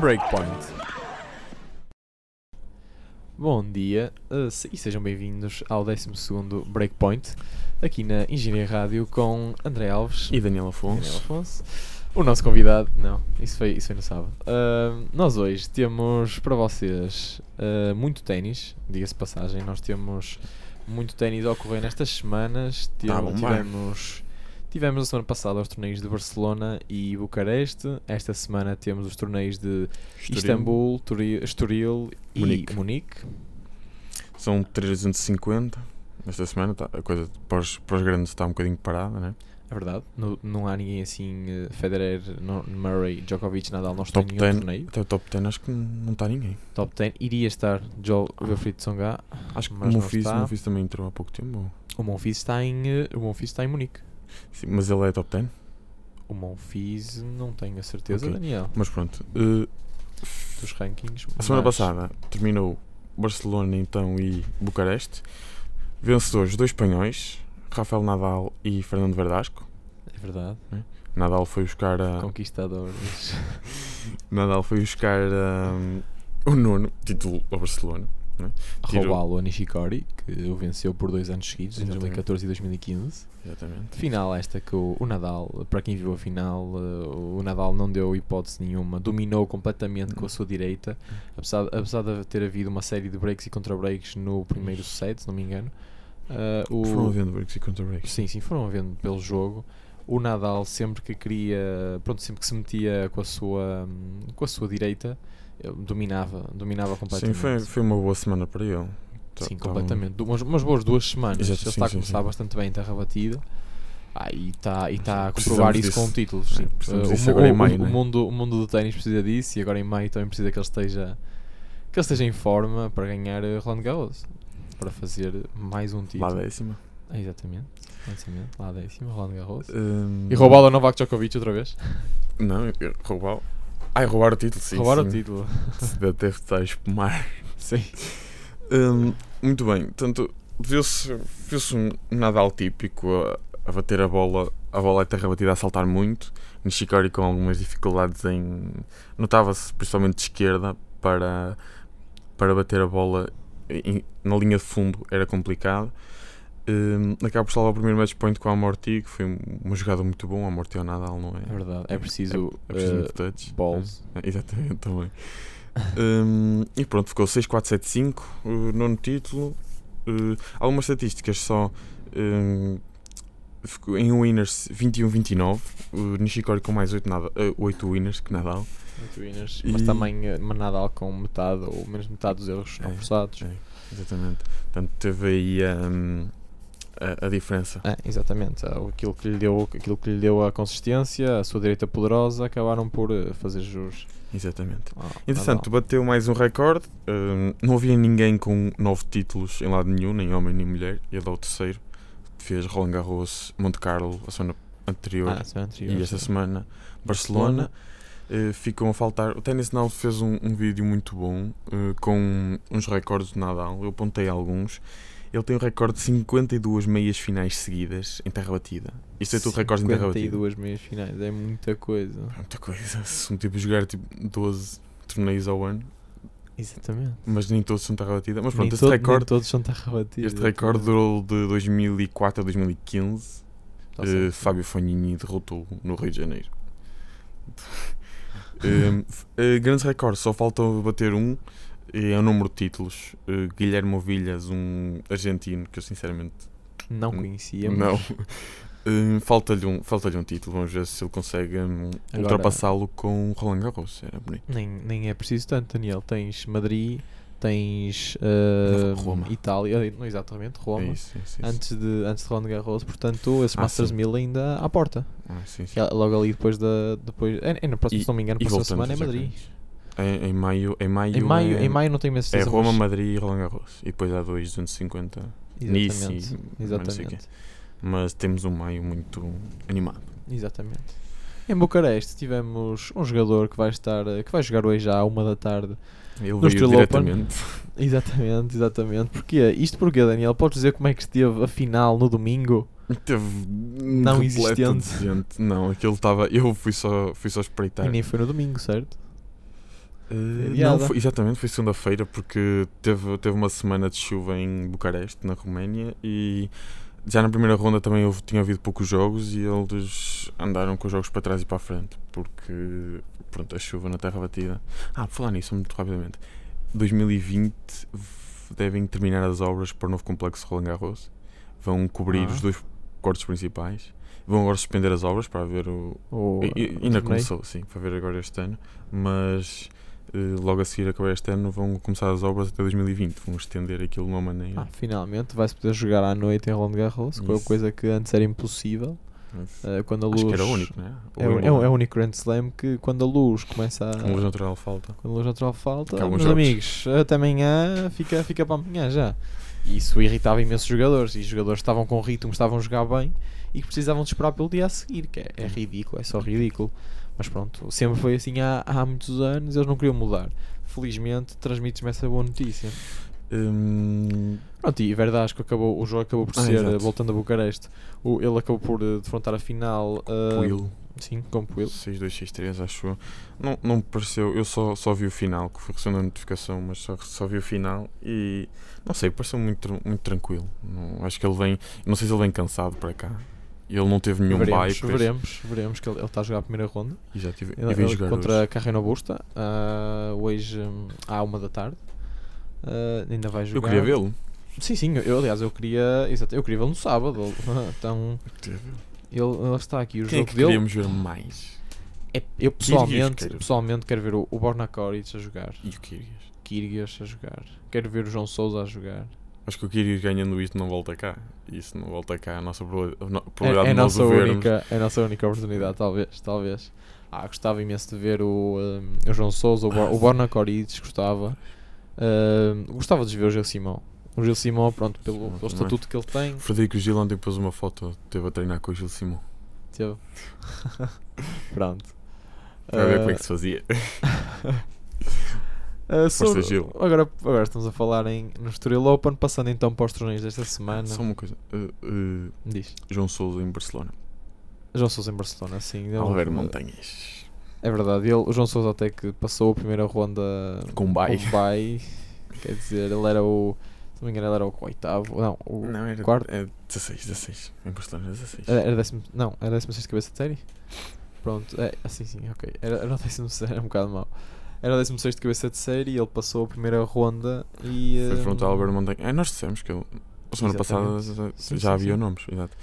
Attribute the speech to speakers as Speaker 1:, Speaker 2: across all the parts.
Speaker 1: Breakpoint. Bom dia eh, se- e sejam bem-vindos ao 12 Breakpoint aqui na Engenharia Rádio com André Alves
Speaker 2: E Daniel
Speaker 1: Daniel
Speaker 2: Afonso.
Speaker 1: Afonso. O nosso convidado, não, isso foi, isso foi no sábado. Ah, nós hoje temos para vocês ah, muito ténis, diga-se de passagem, nós temos muito ténis a ocorrer nestas semanas.
Speaker 2: Tá a
Speaker 1: Temo-
Speaker 2: bombar.
Speaker 1: tivemos, tivemos a semana passada os torneios de Barcelona e Bucareste, esta semana temos os torneios de
Speaker 2: Estoril.
Speaker 1: Istambul, Turi- Estoril e
Speaker 2: Munique.
Speaker 1: Munique.
Speaker 2: São 350. Esta semana tá- a coisa para os, para os grandes está um bocadinho parada, né?
Speaker 1: É verdade, no- não há ninguém assim, eh, Federer, no- Murray, Djokovic, Nadal, não estão em
Speaker 2: Top
Speaker 1: nenhum
Speaker 2: 10.
Speaker 1: torneio.
Speaker 2: Até o top 10 acho que não está ninguém.
Speaker 1: Top 10 iria estar Joel Wilfried Songa.
Speaker 2: Acho que o
Speaker 1: Mas não
Speaker 2: Monfils, o
Speaker 1: está.
Speaker 2: Monfils também entrou há pouco tempo.
Speaker 1: O Monfils está em eh, o Monfils está em Munique.
Speaker 2: Sim, mas ele é top 10.
Speaker 1: O Monfils não tenho a certeza,
Speaker 2: Ok.
Speaker 1: Daniel,
Speaker 2: Mas pronto. eh,
Speaker 1: dos rankings.
Speaker 2: a semana
Speaker 1: mas-
Speaker 2: passada terminou Barcelona então e Bucareste. Vencedores dois espanhóis, Rafael Nadal e Fernando Verdasco.
Speaker 1: É verdade.
Speaker 2: Nadal foi buscar a,
Speaker 1: Conquistadores.
Speaker 2: Nadal foi buscar hum, o nono título ao Barcelona. Tirou-
Speaker 1: Roubá-lo a Nishikori, que o venceu por dois anos seguidos, em
Speaker 2: Exatamente.
Speaker 1: 2014 e 2015.
Speaker 2: Exatamente.
Speaker 1: Final esta que o, o Nadal, para quem viu a final, eh, o Nadal não deu hipótese nenhuma, dominou completamente com a sua direita, apesar, apesar de ter havido uma série de breaks e contra-breaks no primeiro set, se não me engano. eh, o,
Speaker 2: Foram havendo breaks e contra-breaks.
Speaker 1: Sim, sim, foram vendo pelo jogo. O Nadal sempre que queria, pronto, sempre que se metia com a sua, hum, com a sua direita, ele dominava, dominava
Speaker 2: Sim,
Speaker 1: completamente.
Speaker 2: foi, foi uma boa semana para ele. Tá-
Speaker 1: Sim,
Speaker 2: tá bom.
Speaker 1: completamente. Du- Umas, umas boas duas semanas. ele
Speaker 2: Exato, sim,
Speaker 1: está a
Speaker 2: sim,
Speaker 1: começar
Speaker 2: sim.
Speaker 1: bastante bem, terra batida. Ah, e está e tá a
Speaker 2: Precisamos
Speaker 1: comprovar isso
Speaker 2: disso.
Speaker 1: com títulos. sim.
Speaker 2: É, precisamos
Speaker 1: Uh,
Speaker 2: disso
Speaker 1: mu-
Speaker 2: agora em maio,
Speaker 1: o,
Speaker 2: não é?
Speaker 1: mundo, o mundo do ténis precisa disso e agora em maio também precisa que ele esteja, que ele esteja em forma para ganhar eh, Roland Garros. Para fazer mais um título.
Speaker 2: Lá décima.
Speaker 1: Ah, exatamente. Exatamente. Lá a décima, Roland Garros.
Speaker 2: Hum,
Speaker 1: E roubá-lo ao Novak Djokovic outra vez?
Speaker 2: Não, eu- eu- roubá-lo. Ai, roubar o título, sim.
Speaker 1: Roubar
Speaker 2: sim.
Speaker 1: o título.
Speaker 2: Deve deve estar a espumar.
Speaker 1: Sim.
Speaker 2: Hum, muito bem, portanto, viu-se viu um Nadal típico a, a bater a bola, a bola é terra batida a saltar muito. Nishikori com algumas dificuldades em. Notava-se principalmente de esquerda para, para bater a bola em- na linha de fundo era complicado. Hum, acaba por salvar o primeiro match point com a Amorti, que foi um, uma jogada muito boa. A Amorti ao Nadal, não é?
Speaker 1: É verdade. É preciso.
Speaker 2: É preciso
Speaker 1: eh,
Speaker 2: muito touch.
Speaker 1: balls.
Speaker 2: É, Exatamente, também. Hum, e pronto, ficou 6-4-7-5, o nono título. Uh, algumas estatísticas só. hum, ficou em um winners 21-29. O Nishikori com mais 8, nada, 8 winners que Nadal.
Speaker 1: Muito winners. Mas
Speaker 2: E-
Speaker 1: também eh, Nadal com metade ou menos metade dos erros não
Speaker 2: É,
Speaker 1: forçados.
Speaker 2: é. Exatamente. Portanto, teve aí hum, a, a diferença.
Speaker 1: Ah, exatamente. Ah, Aquilo que, lhe deu, aquilo que lhe deu a consistência, a sua direita poderosa, acabaram por eh, fazer jus.
Speaker 2: Exatamente.
Speaker 1: ao
Speaker 2: Entretanto,
Speaker 1: Nadal.
Speaker 2: bateu mais um recorde. hum, não havia ninguém com 9 títulos em lado nenhum, nem homem nem mulher. Ele é o terceiro. Fez Roland Garros, Monte Carlo, a semana anterior.
Speaker 1: Ah, semana anterior,
Speaker 2: E esta
Speaker 1: sim.
Speaker 2: semana, Barcelona. eh, ficam a faltar. O Tennis Now fez um, um vídeo muito bom eh, com uns recordes do Nadal. Eu apontei alguns. Ele tem um recorde de 52 meias finais seguidas em terra batida. Isto é tudo recorde em terra batida.
Speaker 1: 52 meias finais, é muita coisa.
Speaker 2: É Muita coisa. Se um tipo jogar tipo 12 torneios ao ano,
Speaker 1: Exatamente.
Speaker 2: mas nem todos são terra batida. Mas
Speaker 1: Nem
Speaker 2: pronto, este
Speaker 1: todo- nem
Speaker 2: recorde,
Speaker 1: todos são terra batida.
Speaker 2: este recorde durou de 2004 a 2015.
Speaker 1: Tá
Speaker 2: Eh,
Speaker 1: certo.
Speaker 2: Fábio Fognini derrotou no Rio de Janeiro. Eh, f- eh, grandes recordes, só falta bater um. eh, É o número de títulos. Eh, Guilherme Ovilhas, um argentino que eu sinceramente
Speaker 1: Não
Speaker 2: N-
Speaker 1: conhecíamos.
Speaker 2: não. Eh, Falta-lhe um, falta um título. Vamos ver se ele consegue hum,
Speaker 1: Agora-
Speaker 2: ultrapassá-lo com o Roland Garros. Era bonito.
Speaker 1: Nem, nem é preciso tanto, Daniel. Tens Madrid, tens ah,
Speaker 2: é Roma.
Speaker 1: Itália, eh, não exatamente,
Speaker 2: É
Speaker 1: Roma.
Speaker 2: isso, é isso, é isso.
Speaker 1: Antes de, antes de Roland Garros, portanto, esse
Speaker 2: Ah,
Speaker 1: Masters
Speaker 2: sim.
Speaker 1: 1000 ainda à porta.
Speaker 2: Ah, sim, sim.
Speaker 1: Que é logo ali depois da. Depois, é, é na próxima,
Speaker 2: E-
Speaker 1: se não me engano,
Speaker 2: E
Speaker 1: próxima
Speaker 2: voltamos
Speaker 1: semana é
Speaker 2: aos
Speaker 1: Madrid.
Speaker 2: recordes. Em, em maio, em maio,
Speaker 1: Em maio,
Speaker 2: é,
Speaker 1: em maio não tenho bem
Speaker 2: é
Speaker 1: certeza.
Speaker 2: Roma,
Speaker 1: mas-
Speaker 2: Madrid e Roland Garros. E depois há dois 250 Nice e-
Speaker 1: Exatamente.
Speaker 2: mas não sei o quê.
Speaker 1: Exatamente.
Speaker 2: Mas temos um maio muito animado.
Speaker 1: Exatamente. Em Bucareste tivemos um jogador que vai estar eh, que vai jogar hoje já à uma da tarde.
Speaker 2: Ele veio
Speaker 1: Estoril Open.
Speaker 2: diretamente.
Speaker 1: Exatamente, exatamente. Porquê? Isto porquê, Daniel? Podes dizer como é que esteve a final no domingo?
Speaker 2: Teve
Speaker 1: Não
Speaker 2: completo
Speaker 1: existente.
Speaker 2: desente. Não, aquilo estava. Eu fui só, fui só espreitar.
Speaker 1: E nem foi no domingo, certo?
Speaker 2: Eh,
Speaker 1: adiada.
Speaker 2: não, foi, exatamente, foi segunda-feira porque teve, teve uma semana de chuva em Bucareste, na Roménia, e já na primeira ronda também eu tinha havido poucos jogos e eles andaram com os jogos para trás e para a frente, porque pronto, a chuva na terra batida. Ah, por falar nisso, muito rapidamente. 2020 v- devem terminar as obras para o novo complexo Roland Garros. Vão cobrir
Speaker 1: Ah.
Speaker 2: os dois cortes principais. Vão agora suspender as obras para ver o,
Speaker 1: Ou,
Speaker 2: e- e-
Speaker 1: eh,
Speaker 2: ainda
Speaker 1: torneio?
Speaker 2: começou, sim, para ver agora este ano, mas eh, logo a seguir a acabar este ano vão começar as obras até 2020, vão estender aquilo de uma maneira.
Speaker 1: Ah, finalmente vai-se poder jogar à noite em Roland Garros, que é uma
Speaker 2: Isso.
Speaker 1: coisa que antes era impossível.
Speaker 2: Mas
Speaker 1: eh, quando a luz
Speaker 2: Acho que era o único, não é?
Speaker 1: É,
Speaker 2: Ou
Speaker 1: o- é, o- é o único Grand Slam que quando a luz começa a.
Speaker 2: Com luz natural falta.
Speaker 1: Quando a luz natural falta,
Speaker 2: Acabam os
Speaker 1: meus
Speaker 2: jogos.
Speaker 1: amigos, até amanhã, fica, fica para amanhã já. E Isso irritava imensos jogadores. E os jogadores estavam com ritmo, estavam a jogar bem e que precisavam de esperar pelo dia a seguir, que é, é ridículo, é só ridículo. Mas pronto, sempre foi assim há, há muitos anos, eles não queriam mudar. Felizmente, transmites-me essa boa notícia.
Speaker 2: Hum,
Speaker 1: Pronto, e Verdasco acabou, o jogo acabou por
Speaker 2: Ah,
Speaker 1: ser,
Speaker 2: exato.
Speaker 1: eh, voltando a Bucareste, o, ele acabou por eh, defrontar a final. eh,
Speaker 2: Puil,
Speaker 1: Sim, com o Puil.
Speaker 2: 6263, acho eu. Não, não me pareceu, eu só, só vi o final, que foi recebendo a notificação, mas só, só vi o final e não sei, pareceu muito, tran- muito tranquilo. Não, acho que ele vem, não sei se ele vem cansado para cá. Ele não teve nenhum
Speaker 1: Veremos,
Speaker 2: bye, por isso-
Speaker 1: veremos, veremos que ele ele está a jogar a primeira ronda.
Speaker 2: E já tive,
Speaker 1: Ele-
Speaker 2: e vim
Speaker 1: ele
Speaker 2: jogar
Speaker 1: contra
Speaker 2: hoje.
Speaker 1: a Carreira Busta, ah, hoje hum, à uma da tarde. Ah, ainda vai jogar.
Speaker 2: Eu queria vê-lo.
Speaker 1: Sim, sim, eu, aliás, eu queria. Exato, eu queria vê-lo no sábado. ele- então, ele, ele está aqui. O
Speaker 2: Quem é
Speaker 1: jogo
Speaker 2: que
Speaker 1: dele.
Speaker 2: queríamos ver mais?
Speaker 1: é- eu pessoalmente,
Speaker 2: quero.
Speaker 1: pessoalmente quero ver o, o Borna Koric a jogar,
Speaker 2: E o Kyrgios?
Speaker 1: Kyrgios a jogar, quero ver o João Souza a jogar.
Speaker 2: Acho que o Kyrgios ganhando isto não volta cá. E se não volta cá, a nossa proba- a no-
Speaker 1: É,
Speaker 2: probabilidade
Speaker 1: é a
Speaker 2: de nós
Speaker 1: nossa
Speaker 2: o vermos...
Speaker 1: única, é a nossa única oportunidade, talvez. talvez. Ah, gostava imenso de ver o, hum, o João Souza, o, Bor- o Borna Corides, gostava. Hum, gostava de ver o Gil Simão. O Gil Simão, pronto, pelo,
Speaker 2: Simão
Speaker 1: pelo
Speaker 2: também.
Speaker 1: estatuto que ele tem,
Speaker 2: O Frederico Gil ontem pôs uma foto, teve a treinar com o Gil Simão.
Speaker 1: teve. pronto.
Speaker 2: Para ver como é
Speaker 1: Ah,
Speaker 2: que se fazia.
Speaker 1: ah, sobre-
Speaker 2: Gil.
Speaker 1: Agora, agora estamos a falar em, no Estoril Open, passando então para os torneios desta semana.
Speaker 2: Só uma coisa. Uh, uh,
Speaker 1: Diz.
Speaker 2: João Souza em Barcelona.
Speaker 1: João Souza em Barcelona, sim. ele-
Speaker 2: Alver Montanhas.
Speaker 1: É verdade, ele, o João Souza até que passou a primeira ronda
Speaker 2: Com um bye.
Speaker 1: com um bye. Quer dizer, ele era o. Se não me engano, ele era o oitavo. Não, o.
Speaker 2: Não, era
Speaker 1: quarto. É,
Speaker 2: é 16, 16. Em Barcelona era 16.
Speaker 1: Era, era décimo, não, era décimo sexto cabeça de série? Pronto, é, assim sim, ok. Era, era o décimo sexto, era um bocado mau. Era o décimo sexto cabeça de série e ele passou a primeira ronda e.
Speaker 2: Foi
Speaker 1: hum,
Speaker 2: perguntar ao Alberto Montanha. É, nós dissemos que ele. A semana passada
Speaker 1: Exatamente.
Speaker 2: já-
Speaker 1: Sim, sim,
Speaker 2: já havia
Speaker 1: sim.
Speaker 2: nomes, exato.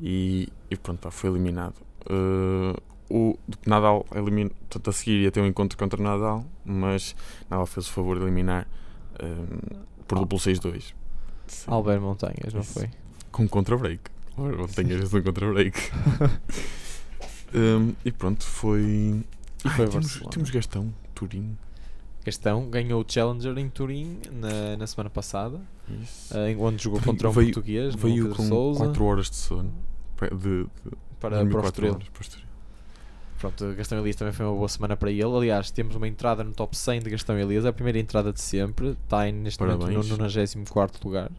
Speaker 2: E, e pronto, pá, foi eliminado. Eh, o Nadal elimin... portanto, a seguir ia ter um encontro contra o Nadal, mas Nadal fez o favor de eliminar eh, por
Speaker 1: Al-
Speaker 2: duplo 6-2. Sim.
Speaker 1: Albert Montanhas, não
Speaker 2: Isso.
Speaker 1: foi?
Speaker 2: Com um contra-break. Claro, não tenho vezes um contra-break. Em, e pronto, foi.
Speaker 1: E foi
Speaker 2: Ai, temos,
Speaker 1: Barcelona.
Speaker 2: temos Gastão, Turim.
Speaker 1: Gastão ganhou o Challenger em Turim na, na semana passada,
Speaker 2: é Isso.
Speaker 1: eh, onde jogou
Speaker 2: Veio-
Speaker 1: contra um
Speaker 2: veio-
Speaker 1: português,
Speaker 2: Veio
Speaker 1: Pedro
Speaker 2: com
Speaker 1: Souza,
Speaker 2: 4 horas de sono. Pre- De, de,
Speaker 1: para,
Speaker 2: dormi
Speaker 1: para o
Speaker 2: quatro
Speaker 1: Estoril.
Speaker 2: horas para o Estoril.
Speaker 1: Pronto, Gastão Elias também foi uma boa semana para ele. Aliás, temos uma entrada no top 100 de Gastão Elias, é a primeira entrada de sempre. Está em, neste
Speaker 2: Parabéns.
Speaker 1: momento no 94 lugar.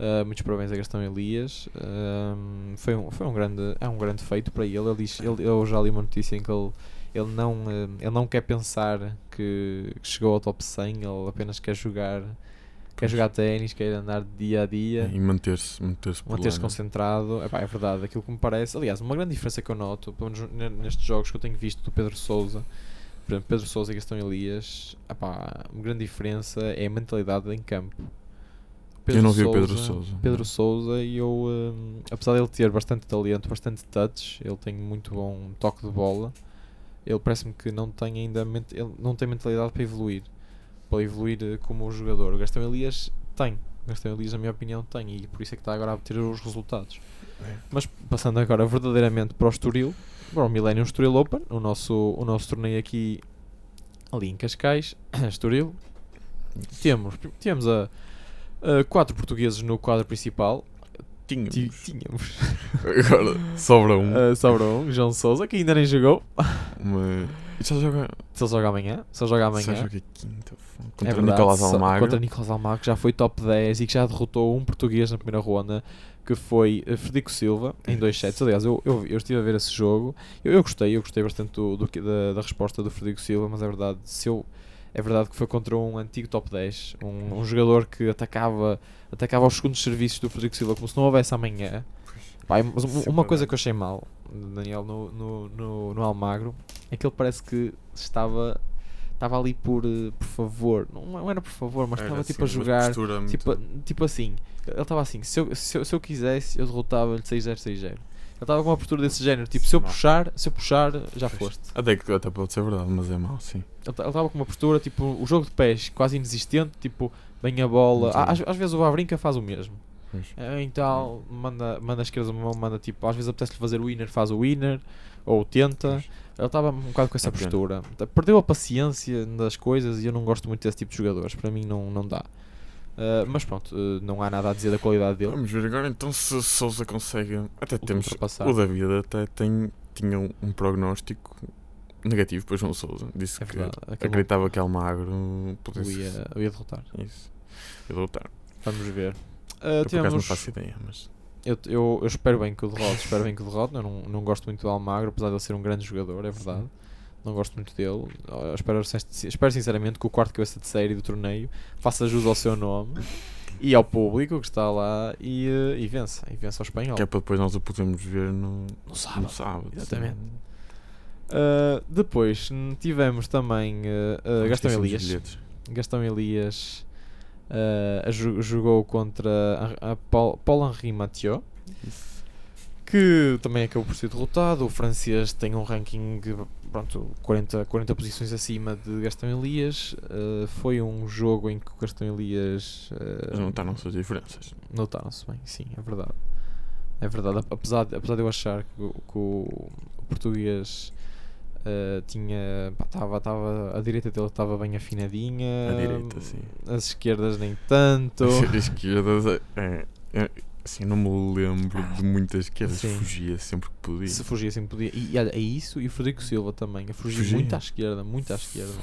Speaker 1: Ah, muitos parabéns a Gastão Elias. Ahm, foi um, foi um grande, é um grande feito para ele. ele, diz- ele- eu já li uma notícia em que ele, ele, não, ah, ele não quer pensar que, que chegou ao top 100, ele apenas quer jogar. Quer
Speaker 2: Pois. É,
Speaker 1: jogar ténis, quer andar de dia a dia
Speaker 2: E manter-se manter-se por
Speaker 1: manter-se
Speaker 2: lá, né?
Speaker 1: concentrado. Epá, é verdade, aquilo que me parece. Aliás, uma grande diferença que eu noto, pelo menos ne- nestes jogos que eu tenho visto do Pedro Souza, por exemplo, Pedro Souza e Gastão Elias, epá, uma grande diferença é a mentalidade em campo.
Speaker 2: eu não vi o Pedro Souza.
Speaker 1: Pedro Souza e eu, hum, apesar de ele ter bastante talento, bastante touch, ele tem muito bom toque de bola. Ele parece-me que não tem ainda ment- ele não tem mentalidade para evoluir, para evoluir eh, como jogador. O Gastão Elias tem, o Gastão Elias na minha opinião tem e por isso é que está agora a obter os resultados.
Speaker 2: É.
Speaker 1: Mas passando agora verdadeiramente para o Estoril, para o Millennium Estoril Open, o nosso o nosso torneio aqui ali em Cascais, Estoril. Temos, temos a, a Ah, quatro portugueses no quadro principal.
Speaker 2: Tínhamos.
Speaker 1: Ti- Tínhamos.
Speaker 2: Agora sobra um.
Speaker 1: Ah, sobra um, João Sousa, que ainda nem jogou.
Speaker 2: Mas... E Só joga,
Speaker 1: Só joga amanhã. Só joga
Speaker 2: só
Speaker 1: amanhã.
Speaker 2: joga quinta. fogo.
Speaker 1: Tá É
Speaker 2: Contra
Speaker 1: verdade,
Speaker 2: Nicolás
Speaker 1: só-
Speaker 2: Almagro.
Speaker 1: Contra Nicolás Almagro, que já foi top 10 e que já derrotou um português na primeira ronda, que foi eh, Frederico Silva,
Speaker 2: É
Speaker 1: em dois sets. Aliás, eu, eu, eu estive a ver esse jogo. Eu, eu gostei, eu gostei bastante do, do que- da, da resposta do Frederico Silva, mas é verdade, se eu- É verdade que foi contra um antigo top 10, um, um jogador que atacava, atacava os segundos serviços do Frederico Silva como se não houvesse amanhã. Pá, e- mas um, uma- uma coisa que eu achei mal, Daniel, no, no, no, no Almagro, é que ele parece que estava estava ali por, eh, por favor, não, não era por favor, mas
Speaker 2: Era
Speaker 1: estava tipo a
Speaker 2: assim, uma
Speaker 1: jogar,
Speaker 2: postura muito-
Speaker 1: tipo, tipo assim, ele estava assim, se eu, se, eu, se eu quisesse, eu derrotava-lhe 6-0, 6-0. Ele estava com uma postura desse género, tipo, se eu
Speaker 2: Smart.
Speaker 1: puxar, se eu puxar, já foste.
Speaker 2: Até que até pode ser verdade, mas é mau, sim.
Speaker 1: Ele estava com uma postura, tipo, o jogo de pés quase inexistente, tipo, bem a bola.
Speaker 2: Sim.
Speaker 1: Ah, Às, às vezes o Avrinca faz o mesmo.
Speaker 2: Pois.
Speaker 1: Ah, Então, manda, manda a esquerda, mão, manda tipo, às vezes apetece-lhe fazer o winner, faz o winner, ou tenta. Ele estava um bocado com essa
Speaker 2: Uma pena.
Speaker 1: postura. Tá- Perdeu a paciência das coisas e eu não gosto muito desse tipo de jogadores. Para mim, não, não dá. Ah, mas pronto, ah, não há nada a dizer da qualidade dele.
Speaker 2: Vamos ver agora então se Souza consegue. Até temos.
Speaker 1: Ultrapassar.
Speaker 2: O David até tem, tinha um, um prognóstico negativo para João Souza. Disse
Speaker 1: É
Speaker 2: que
Speaker 1: verdade. Aquele
Speaker 2: acreditava que Almagro
Speaker 1: o
Speaker 2: pudesse.
Speaker 1: ia, o ia derrotar.
Speaker 2: Isso. Eu vou lutar.
Speaker 1: Vamos ver. Ah,
Speaker 2: Eu por acaso não
Speaker 1: temos-
Speaker 2: faço ideia, mas.
Speaker 1: Eu, eu, eu espero bem que o derrote, espero bem que o derrote. Eu não, não gosto muito do Almagro, apesar de ele ser um grande jogador, é
Speaker 2: Uhum.
Speaker 1: verdade. Não gosto muito dele. Eu espero, sin- espero sinceramente que o quarto cabeça de série do torneio faça jus ao seu nome e ao público que está lá e, eh, e vença. E vença ao espanhol.
Speaker 2: Que é para depois nós o podermos ver no, no
Speaker 1: No sábado.
Speaker 2: sábado.
Speaker 1: Exatamente.
Speaker 2: sim.
Speaker 1: Ah, depois hum, tivemos também eh, ah,
Speaker 2: Não
Speaker 1: Gastão
Speaker 2: esqueçamos os
Speaker 1: Elias.
Speaker 2: bilhetes.
Speaker 1: Gastão Elias ah, jo- jogou contra a, a Paul, Paul Henri Mathieu. que também acabou por ser derrotado. O francês tem um ranking pronto, 40, 40 posições acima de Gastão Elias. Uh, foi um jogo em que o Gastão Elias
Speaker 2: Mas
Speaker 1: uh,
Speaker 2: não tá. estão suas diferenças.
Speaker 1: notaram-se bem, sim, é verdade. É verdade, ap- apesar de, apesar de eu achar que, o- que o, o português uh, tinha. pá, tava, tava, a direita dele estava bem afinadinha,
Speaker 2: À direita, sim.
Speaker 1: as esquerdas nem tanto.
Speaker 2: A esquerda. É, é, assim, não me lembro de muitas esquerdas.
Speaker 1: Sim.
Speaker 2: Fugia sempre que podia.
Speaker 1: Se fugia sempre podia. E, e olha, é isso e o Frederico Silva também. A fugir
Speaker 2: Fugia.
Speaker 1: muito à esquerda, muito à esquerda.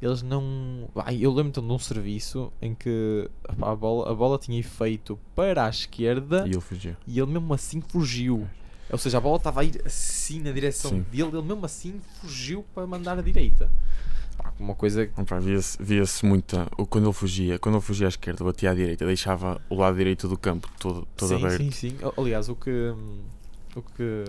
Speaker 1: Eles não. Ai, eu lembro então de um serviço em que opá, a bola, a bola tinha efeito para a esquerda
Speaker 2: E ele fugia.
Speaker 1: e ele mesmo assim fugiu. Ou seja, a bola estava a ir assim na direção
Speaker 2: Sim.
Speaker 1: dele, ele mesmo assim fugiu para mandar à direita. Pá, uma coisa que.
Speaker 2: Não, pá, Via-se via muita. o- Quando ele fugia, quando ele fugia à esquerda, batia à direita, deixava o lado direito do campo todo, todo
Speaker 1: sim,
Speaker 2: aberto.
Speaker 1: sim, sim. A- Aliás, o que. hum, O que.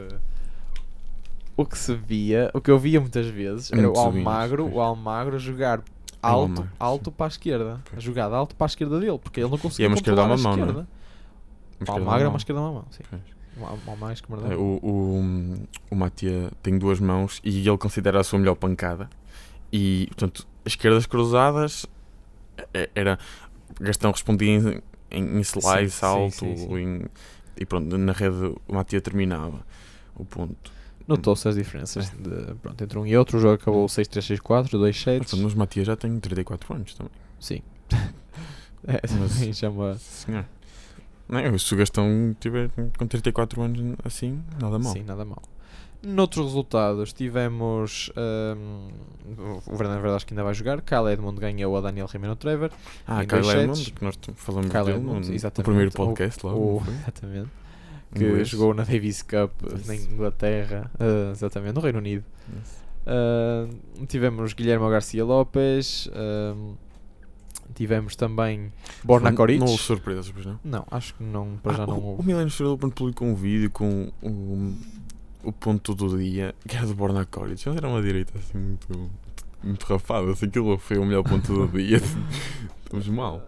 Speaker 1: O que se via, o que eu via muitas vezes, era o
Speaker 2: Muitos ouvintes,
Speaker 1: Almagro,
Speaker 2: pois.
Speaker 1: o Almagro a jogar
Speaker 2: É o
Speaker 1: alto,
Speaker 2: Almagro,
Speaker 1: alto para a esquerda. A jogada alto para a esquerda dele, porque ele não conseguia
Speaker 2: E é uma esquerda
Speaker 1: controlar
Speaker 2: à
Speaker 1: a
Speaker 2: mão, não é?
Speaker 1: esquerda.
Speaker 2: Mas
Speaker 1: O
Speaker 2: cada um
Speaker 1: Almagro é
Speaker 2: não.
Speaker 1: uma esquerda à mão, sim.
Speaker 2: Pois.
Speaker 1: O Al- o Almagro é esquerda à
Speaker 2: É,
Speaker 1: mão.
Speaker 2: O, o, o Matia tem duas mãos e ele considera a sua melhor pancada. E, portanto, esquerdas cruzadas é- era. Gastão respondia em, em, em
Speaker 1: Sim, sim,
Speaker 2: slice alto
Speaker 1: sim, sim.
Speaker 2: em- e pronto, na rede o Matia terminava o ponto.
Speaker 1: Notou-se as diferenças
Speaker 2: É.
Speaker 1: de- pronto, entre um e outro. O jogo acabou 6-3-6-4, 2 sets.
Speaker 2: Portanto, mas o Matia já tem 34 anos também.
Speaker 1: Sim. é,
Speaker 2: Mas-
Speaker 1: também já é uma-
Speaker 2: Senhor. Não, eu- se o Gastão tiver com 34 anos assim, nada mal.
Speaker 1: Sim, nada mal. Noutros resultados, tivemos hum, o Fernando Verdasco que ainda vai jogar. Kyle Edmund ganhou a Daniel Rimeno Trevor.
Speaker 2: Ah,
Speaker 1: em dois
Speaker 2: Kyle Edmond,
Speaker 1: sets.
Speaker 2: que nós t- falamos
Speaker 1: Kyle
Speaker 2: dele
Speaker 1: Edmond,
Speaker 2: no, no
Speaker 1: exatamente.
Speaker 2: primeiro
Speaker 1: O-
Speaker 2: podcast lá.
Speaker 1: o-
Speaker 2: não foi?
Speaker 1: Exatamente. Que
Speaker 2: Inglês.
Speaker 1: jogou na Davis Cup na
Speaker 2: Isso.
Speaker 1: Inglaterra, ah, exatamente, no Reino Unido.
Speaker 2: Isso.
Speaker 1: Ah, tivemos Guilherme Garcia Lopes. ah, tivemos também Borna
Speaker 2: Não-
Speaker 1: Coric.
Speaker 2: Não houve surpresas, pois não?
Speaker 1: Não, acho que não, para
Speaker 2: Ah,
Speaker 1: já não
Speaker 2: o, o
Speaker 1: houve.
Speaker 2: Milano Estrela pronto, publicou um vídeo com o, o ponto do dia, que era do Borna Coric. Mas era uma direita assim muito, muito rafada. Se aquilo foi o melhor ponto do dia, estamos mal.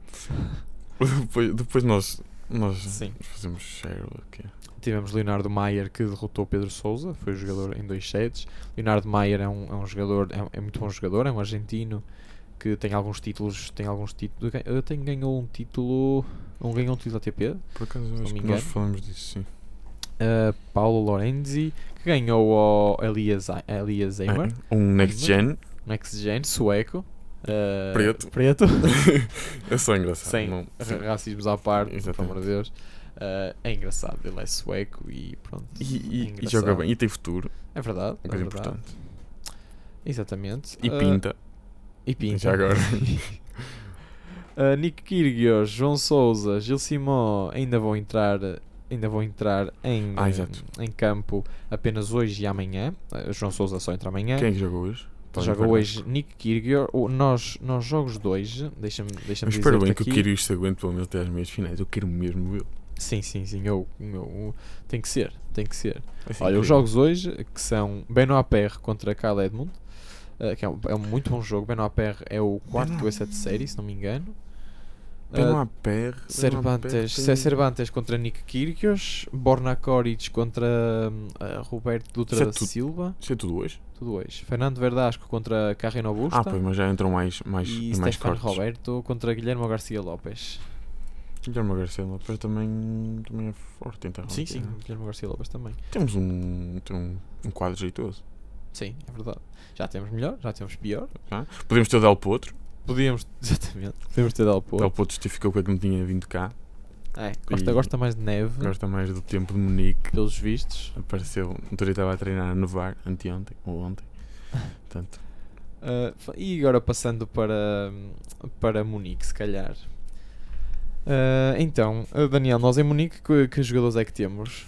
Speaker 2: Depois, depois nós, nós
Speaker 1: Sim.
Speaker 2: fazemos share. o quê?
Speaker 1: Tivemos Leonardo Maier que derrotou Pedro Souza, foi jogador em dois sets. Leonardo Maier é um, é um jogador, é, um- é muito bom jogador, é um argentino que tem alguns títulos, tem alguns títulos, gan- eh, tem, ganhou um título, um ganhou um título ATP.
Speaker 2: Por acaso,
Speaker 1: não
Speaker 2: acho
Speaker 1: me
Speaker 2: que nós
Speaker 1: engano.
Speaker 2: falamos disso, sim.
Speaker 1: Uh, Paulo Lorenzi que ganhou ao Elias, Elias Eimer.
Speaker 2: É, Um next gen
Speaker 1: next gen, sueco. eh,
Speaker 2: Preto.
Speaker 1: Preto.
Speaker 2: Eu sou engraçado.
Speaker 1: Sem
Speaker 2: não-
Speaker 1: ra- racismos à parte, pelo amor
Speaker 2: Exatamente.
Speaker 1: de Deus. Eh, é engraçado, ele é sueco e pronto.
Speaker 2: E,
Speaker 1: é
Speaker 2: e- e
Speaker 1: engraçado.
Speaker 2: joga bem. E tem futuro.
Speaker 1: É verdade,
Speaker 2: Uma
Speaker 1: é
Speaker 2: coisa
Speaker 1: verdade.
Speaker 2: importante.
Speaker 1: Exatamente.
Speaker 2: E
Speaker 1: Eh,
Speaker 2: pinta.
Speaker 1: E pinta.
Speaker 2: Já agora.
Speaker 1: Uh, Nick Kyrgios, João Souza, Gil Simó ainda vão entrar, ainda vão entrar em,
Speaker 2: Ah, exato.
Speaker 1: em campo apenas hoje e amanhã. Uh, João Souza só entra amanhã.
Speaker 2: Quem é que jogou hoje? Podem
Speaker 1: Joga
Speaker 2: ver.
Speaker 1: hoje Nick Kyrgios. O- Nós, nós jogos de hoje, deixa-me deixa
Speaker 2: Mas
Speaker 1: dizer
Speaker 2: espero bem que
Speaker 1: aqui.
Speaker 2: o Kirius se aguente pelo menos até às meias finais. Eu quero mesmo vê-lo.
Speaker 1: Sim, sim, sim. Eu, eu- tem que ser, É tem que ser.
Speaker 2: Assim,
Speaker 1: Olha,
Speaker 2: quero.
Speaker 1: os jogos hoje, que são Beno APR contra Kyle Edmund, eh, que é um, é um muito bom jogo. Beno APR é o quarto
Speaker 2: Beno-
Speaker 1: do set de série, se não me engano.
Speaker 2: Benoit
Speaker 1: Eh,
Speaker 2: Paire, Benoit Paire
Speaker 1: Cervantes, Cé
Speaker 2: tem-
Speaker 1: Cervantes contra Nick Kyrgios, Borna Koric contra hum, a Roberto Dutra
Speaker 2: Isso é
Speaker 1: da
Speaker 2: tudo.
Speaker 1: Silva,
Speaker 2: Isso é tudo hoje?
Speaker 1: tudo hoje. Fernando Verdasco contra Carreno Augusta
Speaker 2: Ah, pois, mas já entram mais, mais,
Speaker 1: e
Speaker 2: mais
Speaker 1: Stefano
Speaker 2: fortes.
Speaker 1: Roberto contra Guilherme Garcia Lopes.
Speaker 2: Guilherme Garcia Lopes também, também é forte, então.
Speaker 1: Sim, sim, Guilherme Garcia Lopes também.
Speaker 2: Temos um, tem um, um quadro jeitoso.
Speaker 1: Sim, é verdade. Já temos melhor, já temos pior.
Speaker 2: já? Podemos ter o Del Potro.
Speaker 1: Podíamos, exatamente, podíamos ter dado
Speaker 2: O
Speaker 1: apoio.
Speaker 2: Del Potro justificou que não tinha vindo cá.
Speaker 1: É, gosta,
Speaker 2: E-
Speaker 1: gosta mais de neve,
Speaker 2: Gosta mais do tempo de Munique.
Speaker 1: pelos vistos.
Speaker 2: Apareceu. Um dia estava a treinar a nevar anteontem ou ontem. Portanto,
Speaker 1: Ah, fa- e agora passando para, para Munique, se calhar. Ah, então, ah, Daniel, nós em Munique, que, que jogadores é que temos?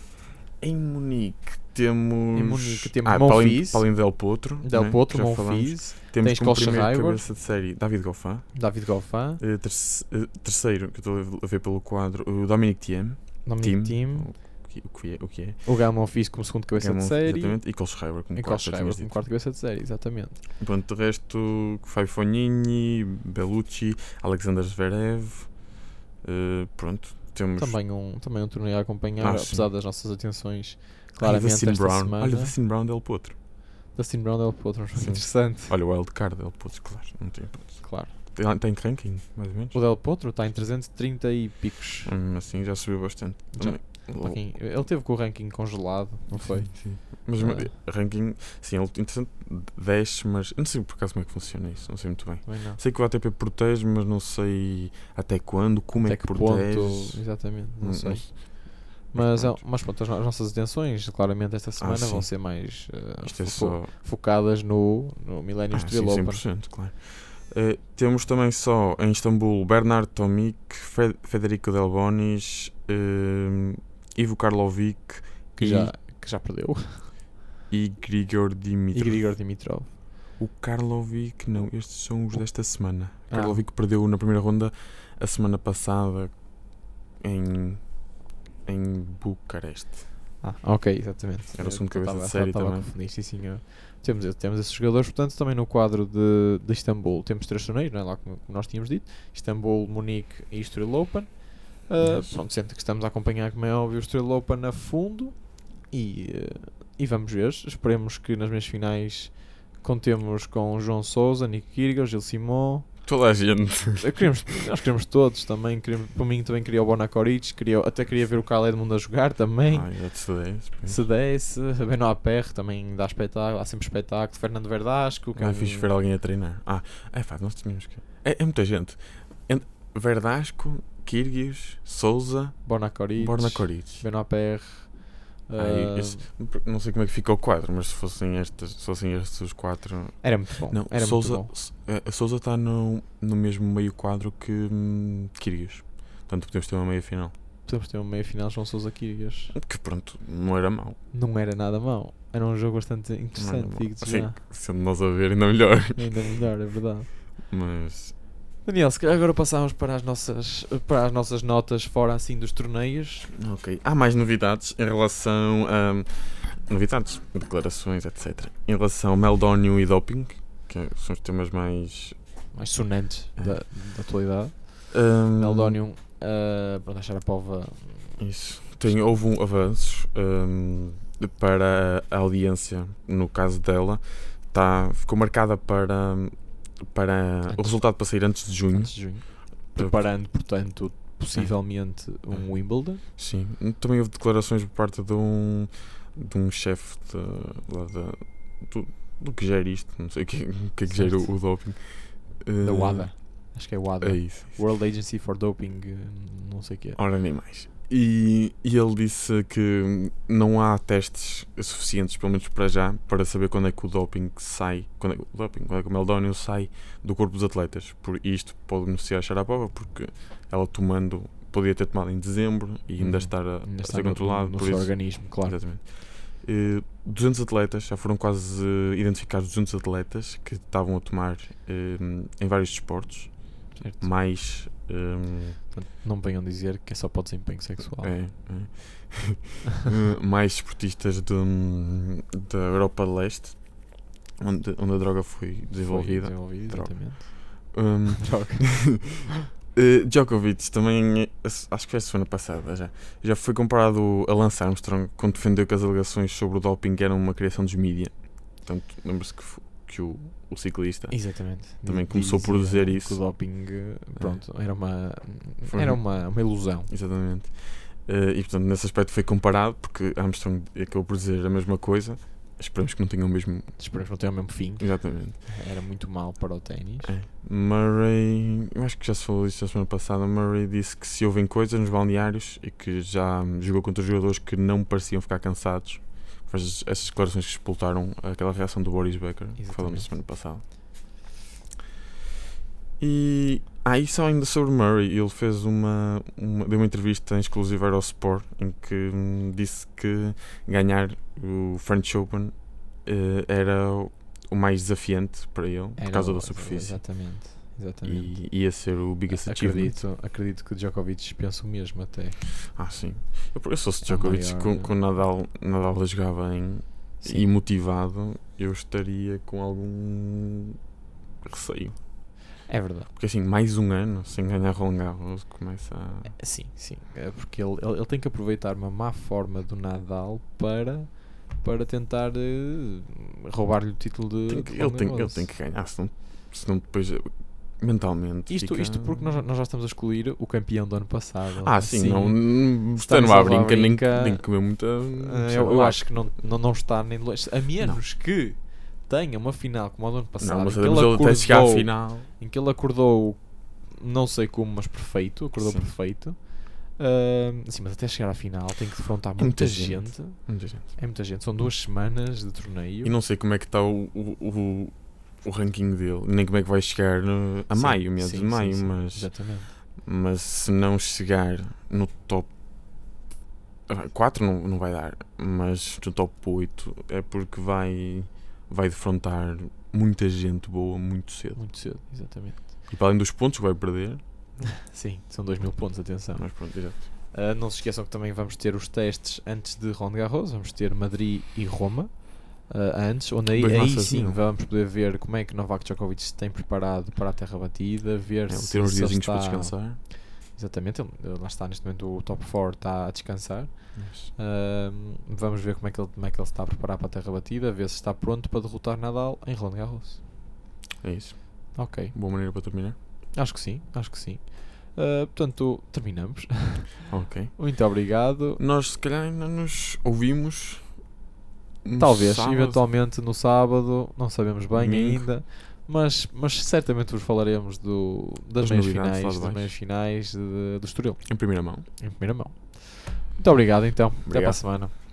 Speaker 2: em Munique temos.
Speaker 1: Em Munique temos
Speaker 2: ah, para além-
Speaker 1: Monfils.
Speaker 2: para além de Del Potro.
Speaker 1: Del
Speaker 2: né,
Speaker 1: Potro,
Speaker 2: já falámos.
Speaker 1: Monfils,
Speaker 2: Temos
Speaker 1: tens
Speaker 2: como
Speaker 1: Colcha
Speaker 2: primeiro
Speaker 1: Raibor.
Speaker 2: cabeça de série David Goffin.
Speaker 1: David Goffin,
Speaker 2: Eh, terce- eh, terceiro, que eu estou a ver pelo quadro, o Dominic Thiem,
Speaker 1: Dominic
Speaker 2: Tim.
Speaker 1: Tim,
Speaker 2: o que- o que é? O que é?
Speaker 1: o Gael Monfils como segundo cabeça
Speaker 2: Gammon,
Speaker 1: de série
Speaker 2: Exatamente, e Cole Schreiber, como
Speaker 1: e
Speaker 2: quarto,
Speaker 1: Carlos
Speaker 2: já
Speaker 1: Schreiber
Speaker 2: tinhas
Speaker 1: como
Speaker 2: dito.
Speaker 1: quarto cabeça de série, exatamente.
Speaker 2: Pronto, de resto, Fábio Fognini, Bellucci, Alexander Zverev, eh, pronto, temos...
Speaker 1: Também um, também um torneio a acompanhar,
Speaker 2: Ah, sim.
Speaker 1: apesar das nossas atenções
Speaker 2: Olha,
Speaker 1: claramente
Speaker 2: Dustin
Speaker 1: esta
Speaker 2: Brown.
Speaker 1: semana.
Speaker 2: Olha, Dustin Brown Del Potro.
Speaker 1: Dustin Brown é o outro, um jogo
Speaker 2: Sim.
Speaker 1: interessante,
Speaker 2: Olha, o Wildcard Del Potro, claro. Não tem, hipótese.
Speaker 1: claro.
Speaker 2: tem, tem que ranking, mais ou menos.
Speaker 1: O Del Potro está em 330 e picos.
Speaker 2: Hum, assim, já subiu bastante.
Speaker 1: Já.
Speaker 2: Também.
Speaker 1: Para quem- Ele teve com o ranking congelado, não foi?
Speaker 2: Sim, sim. Mas mas,
Speaker 1: Ah.
Speaker 2: ranking, sim, ele interessante, desce, mas eu não sei por acaso como é que funciona isso, não sei muito bem.
Speaker 1: Também não.
Speaker 2: Sei que o ATP protege, mas não sei até quando, como é
Speaker 1: Até
Speaker 2: que
Speaker 1: que
Speaker 2: protege. Hum,
Speaker 1: ponto, exatamente, não sei.
Speaker 2: sei.
Speaker 1: Mas, é-
Speaker 2: pronto.
Speaker 1: mas pronto, as no- as nossas atenções, claramente, esta semana
Speaker 2: Ah, sim.
Speaker 1: vão ser mais eh,
Speaker 2: Isto é
Speaker 1: fo-
Speaker 2: só.
Speaker 1: focadas no, no
Speaker 2: Ah,
Speaker 1: Millennium
Speaker 2: sim,
Speaker 1: Steel Open.
Speaker 2: 100%, claro. Eh, temos também só em Istambul Bernardo Tomic, Fe- Federico Delbonis, eh, Ivo Karlovic
Speaker 1: Que
Speaker 2: e-
Speaker 1: já, que já perdeu.
Speaker 2: e Grigor
Speaker 1: E
Speaker 2: Dimitrov.
Speaker 1: Grigor Dimitrov.
Speaker 2: O Karlovic, não, estes são os desta semana.
Speaker 1: Ah.
Speaker 2: Karlovic perdeu na primeira ronda a semana passada em, em Bucareste.
Speaker 1: Ah, ok, exatamente.
Speaker 2: Era o
Speaker 1: Eu
Speaker 2: segundo
Speaker 1: tava-
Speaker 2: cabeça de
Speaker 1: tava-
Speaker 2: série
Speaker 1: tava a
Speaker 2: também.
Speaker 1: confundir, Sim, senhor. Temos, temos esses jogadores, portanto, também no quadro de, de Istambul. Temos três torneios, não é? Lá como como nós tínhamos dito: Istambul, Munique e Estoril Open. Ah,
Speaker 2: Yes.
Speaker 1: Pronto, sempre que estamos a acompanhar, como é óbvio, o Estoril Open a fundo. E, eh, e vamos ver. Esperemos que nas meias finais contemos com João Souza, Nico Kyrgios, Gil Simon.
Speaker 2: Toda a gente.
Speaker 1: Eh, Queremos, nós queremos todos também. Queremos, para mim, também queria o Bonacoric, queria, até queria ver o Kyle Edmund a jogar também.
Speaker 2: Ah, já te cedei.
Speaker 1: Se desse, Beno APR também dá espetáculo, há sempre espetáculo. Fernando Verdasco, que é
Speaker 2: Ah,
Speaker 1: um-
Speaker 2: fixe ver alguém a treinar. Ah, é pá, nós tínhamos que. É, é muita gente. Ent- Verdasco, Kirgios, Souza,
Speaker 1: Bornacoric,
Speaker 2: Borna Coric.
Speaker 1: Beno APR.
Speaker 2: Ah,
Speaker 1: ah,
Speaker 2: esse- Não sei como é que fica o quadro, mas se fossem, estas, se fossem estes os quatro.
Speaker 1: era muito bom.
Speaker 2: Não,
Speaker 1: era
Speaker 2: Souza,
Speaker 1: muito bom.
Speaker 2: S- eh, Souza está no, no mesmo meio quadro que hum, Kyrgios. Portanto, podemos ter uma meia final.
Speaker 1: Podemos ter uma meia final João Souza Quirias.
Speaker 2: Que pronto, não era mau.
Speaker 1: Não era nada mau. Era um jogo bastante
Speaker 2: Não era
Speaker 1: interessante,
Speaker 2: mau.
Speaker 1: digo-te
Speaker 2: Sim,
Speaker 1: já.
Speaker 2: sendo nós a ver, ainda melhor.
Speaker 1: Ainda melhor, é verdade.
Speaker 2: Mas.
Speaker 1: Daniel, se calhar agora passávamos para as nossas, para as nossas notas fora assim dos torneios.
Speaker 2: Ok. Há mais novidades em relação a. Novidades, declarações, etc. Em relação ao Meldónio e doping, que é, são os temas mais.
Speaker 1: Mais sonantes
Speaker 2: É.
Speaker 1: da, da atualidade.
Speaker 2: hum,
Speaker 1: Eldonium, ah, para deixar a pova
Speaker 2: Isso. Tem, houve um avanços hum, para a audiência, no caso dela. Tá, ficou marcada para, para o
Speaker 1: Antes.
Speaker 2: resultado para sair antes de junho.
Speaker 1: antes de junho. preparando, portanto, possivelmente
Speaker 2: É.
Speaker 1: um Wimbledon.
Speaker 2: Sim. Também houve declarações por parte de um, de um chefe de, lá da- do, do que gera isto, não sei o que, o que é que
Speaker 1: Certo.
Speaker 2: gera o, o doping.
Speaker 1: Da
Speaker 2: Eh,
Speaker 1: WADA. Acho que é WADA.
Speaker 2: É isso. Ah, isso.
Speaker 1: World Agency for Doping, eh, não sei o que é.
Speaker 2: Ora, nem mais. E, e ele disse que não há testes suficientes, pelo menos para já, para saber quando é que o doping sai, quando é que o doping, quando é que o meldónio sai do corpo dos atletas. Por e isto pode beneficiar a Sharapova, porque ela tomando, podia ter tomado em dezembro e
Speaker 1: Uhum.
Speaker 2: ainda estar a,
Speaker 1: Ainda
Speaker 2: a
Speaker 1: está
Speaker 2: ser
Speaker 1: no,
Speaker 2: controlado.
Speaker 1: no
Speaker 2: por
Speaker 1: seu
Speaker 2: isso,
Speaker 1: organismo, claro.
Speaker 2: Exatamente. Eh, 200 atletas, já foram quase eh, identificados 200 atletas que estavam a tomar eh, em vários desportos,
Speaker 1: Certo.
Speaker 2: mais. eh,
Speaker 1: Portanto, Não venham dizer que é só para o desempenho sexual.
Speaker 2: é, é. Eh, mais esportistas de, hum, da Europa de Leste, onde, onde a droga foi desenvolvida.
Speaker 1: Foi desenvolvida,
Speaker 2: Droga.
Speaker 1: exatamente.
Speaker 2: Hum,
Speaker 1: Droga.
Speaker 2: eh, Djokovic também, eh, acho que foi a semana passada já, já foi comparado a Lance Armstrong quando defendeu que as alegações sobre o doping eram uma criação dos mídia. Portanto, lembra-se que, fo- que o, o ciclista
Speaker 1: Exatamente.
Speaker 2: É. Também começou por dizer
Speaker 1: que
Speaker 2: isso. É.
Speaker 1: o doping, eh, pronto, era uma,
Speaker 2: Foi
Speaker 1: era
Speaker 2: um-
Speaker 1: uma, uma ilusão.
Speaker 2: Exatamente. Eh, e portanto, nesse aspecto foi comparado, porque Armstrong acabou por dizer a mesma coisa. Esperamos que não tenham o mesmo.
Speaker 1: Esperemos que não tenha o mesmo fim.
Speaker 2: Exatamente.
Speaker 1: Era muito mal para o ténis.
Speaker 2: É. Murray, eu acho que já se falou disto na semana passada. Murray disse que se ouvem coisas nos balneários e que já hum, jogou contra jogadores que não pareciam ficar cansados. Mas essas- essas declarações que explotaram aquela reação do Boris Becker que
Speaker 1: Exatamente.
Speaker 2: falamos na semana passada. E ah, e só ainda sobre Murray, ele fez uma, uma deu uma entrevista exclusiva ao Sport em que hum, disse que ganhar o French Open eh, era o- o mais desafiante para ele por
Speaker 1: Era
Speaker 2: causa
Speaker 1: o-
Speaker 2: da superfície
Speaker 1: Exatamente. exatamente. Ah,
Speaker 2: e ia ser o biggest achievement.
Speaker 1: acredito, acredito que o Djokovic pensa o mesmo até.
Speaker 2: Ah, sim. Eu, eu sou se
Speaker 1: É o
Speaker 2: Djokovic
Speaker 1: maior,
Speaker 2: com,
Speaker 1: né?
Speaker 2: com Nadal, Nadal a jogar bem e
Speaker 1: Sim.
Speaker 2: motivado, eu estaria com algum receio.
Speaker 1: É verdade.
Speaker 2: Porque assim, mais um ano sem ganhar Roland Garros começa a...
Speaker 1: Sim, sim. É porque ele, ele, ele tem que aproveitar uma má forma do Nadal para, para tentar eh, roubar-lhe o título de.
Speaker 2: Tem
Speaker 1: de
Speaker 2: que- ele,
Speaker 1: Roland
Speaker 2: tem, ele
Speaker 1: Garros.
Speaker 2: tem que ganhar, senão, senão depois eh, mentalmente
Speaker 1: Isto,
Speaker 2: fica-
Speaker 1: isto porque nós, nós já estamos a escolher o campeão do ano passado.
Speaker 2: Ah, sim,
Speaker 1: Assim,
Speaker 2: não, não
Speaker 1: Estamos
Speaker 2: está numa
Speaker 1: a
Speaker 2: brinca, nem,
Speaker 1: brinca-
Speaker 2: nem comer muita...
Speaker 1: Ah,
Speaker 2: sei
Speaker 1: Eu, eu
Speaker 2: lá.
Speaker 1: acho que não, não, não está nem de longe. A menos que tenha uma final como a do ano passado,
Speaker 2: Não, mas
Speaker 1: em, que ele
Speaker 2: sabemos ele até chegar à
Speaker 1: acordou,
Speaker 2: final...
Speaker 1: em que ele acordou, não sei como, mas perfeito. Acordou
Speaker 2: Sim.
Speaker 1: perfeito. Ah, sim, mas até chegar à final tem que defrontar muita,
Speaker 2: É muita
Speaker 1: gente.
Speaker 2: gente. Muita gente.
Speaker 1: É muita gente. São duas semanas de torneio.
Speaker 2: E não sei como é que está o, o, o, o ranking dele, nem como é que vai chegar no- a
Speaker 1: Sim,
Speaker 2: maio, meados
Speaker 1: sim,
Speaker 2: de
Speaker 1: sim,
Speaker 2: maio,
Speaker 1: sim,
Speaker 2: mas,
Speaker 1: Exatamente.
Speaker 2: mas se não chegar no top 4 não, não vai dar, mas no top 8 é porque vai, vai defrontar muita gente boa muito cedo.
Speaker 1: Muito cedo, exatamente.
Speaker 2: E para além dos pontos que vai perder,
Speaker 1: Sim, são dois mil pontos, atenção.
Speaker 2: mas pronto, exato.
Speaker 1: Ah, não se esqueçam que também vamos ter os testes antes de Roland Garros, vamos ter Madrid e Roma ah, antes, onde aí,
Speaker 2: Dois
Speaker 1: aí
Speaker 2: maçãs,
Speaker 1: sim
Speaker 2: não.
Speaker 1: vamos poder ver como é que Novak Djokovic se tem preparado para a terra batida, ver
Speaker 2: É,
Speaker 1: se
Speaker 2: ter uns
Speaker 1: se ele
Speaker 2: diazinhos para
Speaker 1: está-
Speaker 2: descansar.
Speaker 1: Exatamente, ele, ele lá está neste momento o top 4 está a descansar.
Speaker 2: mas-
Speaker 1: Ah, vamos ver como é, que ele, como é que ele se está a preparar para a terra batida, ver se está pronto para derrotar Nadal em Roland Garros.
Speaker 2: É isso.
Speaker 1: Ok,
Speaker 2: Boa maneira para terminar.
Speaker 1: acho que sim, acho que sim. Ah, portanto, terminamos.
Speaker 2: Ok.
Speaker 1: Muito obrigado.
Speaker 2: Nós se calhar ainda nos ouvimos. no
Speaker 1: Talvez,
Speaker 2: sábado.
Speaker 1: eventualmente no sábado, não sabemos bem
Speaker 2: Domingo.
Speaker 1: ainda, mas, mas certamente vos falaremos do, das
Speaker 2: Das
Speaker 1: meias
Speaker 2: novidades lá de
Speaker 1: finais, das
Speaker 2: baixo.
Speaker 1: meias finais de- do Estoril,
Speaker 2: Em primeira mão.
Speaker 1: em primeira mão. Muito obrigado então, até para a
Speaker 2: Obrigado.
Speaker 1: semana.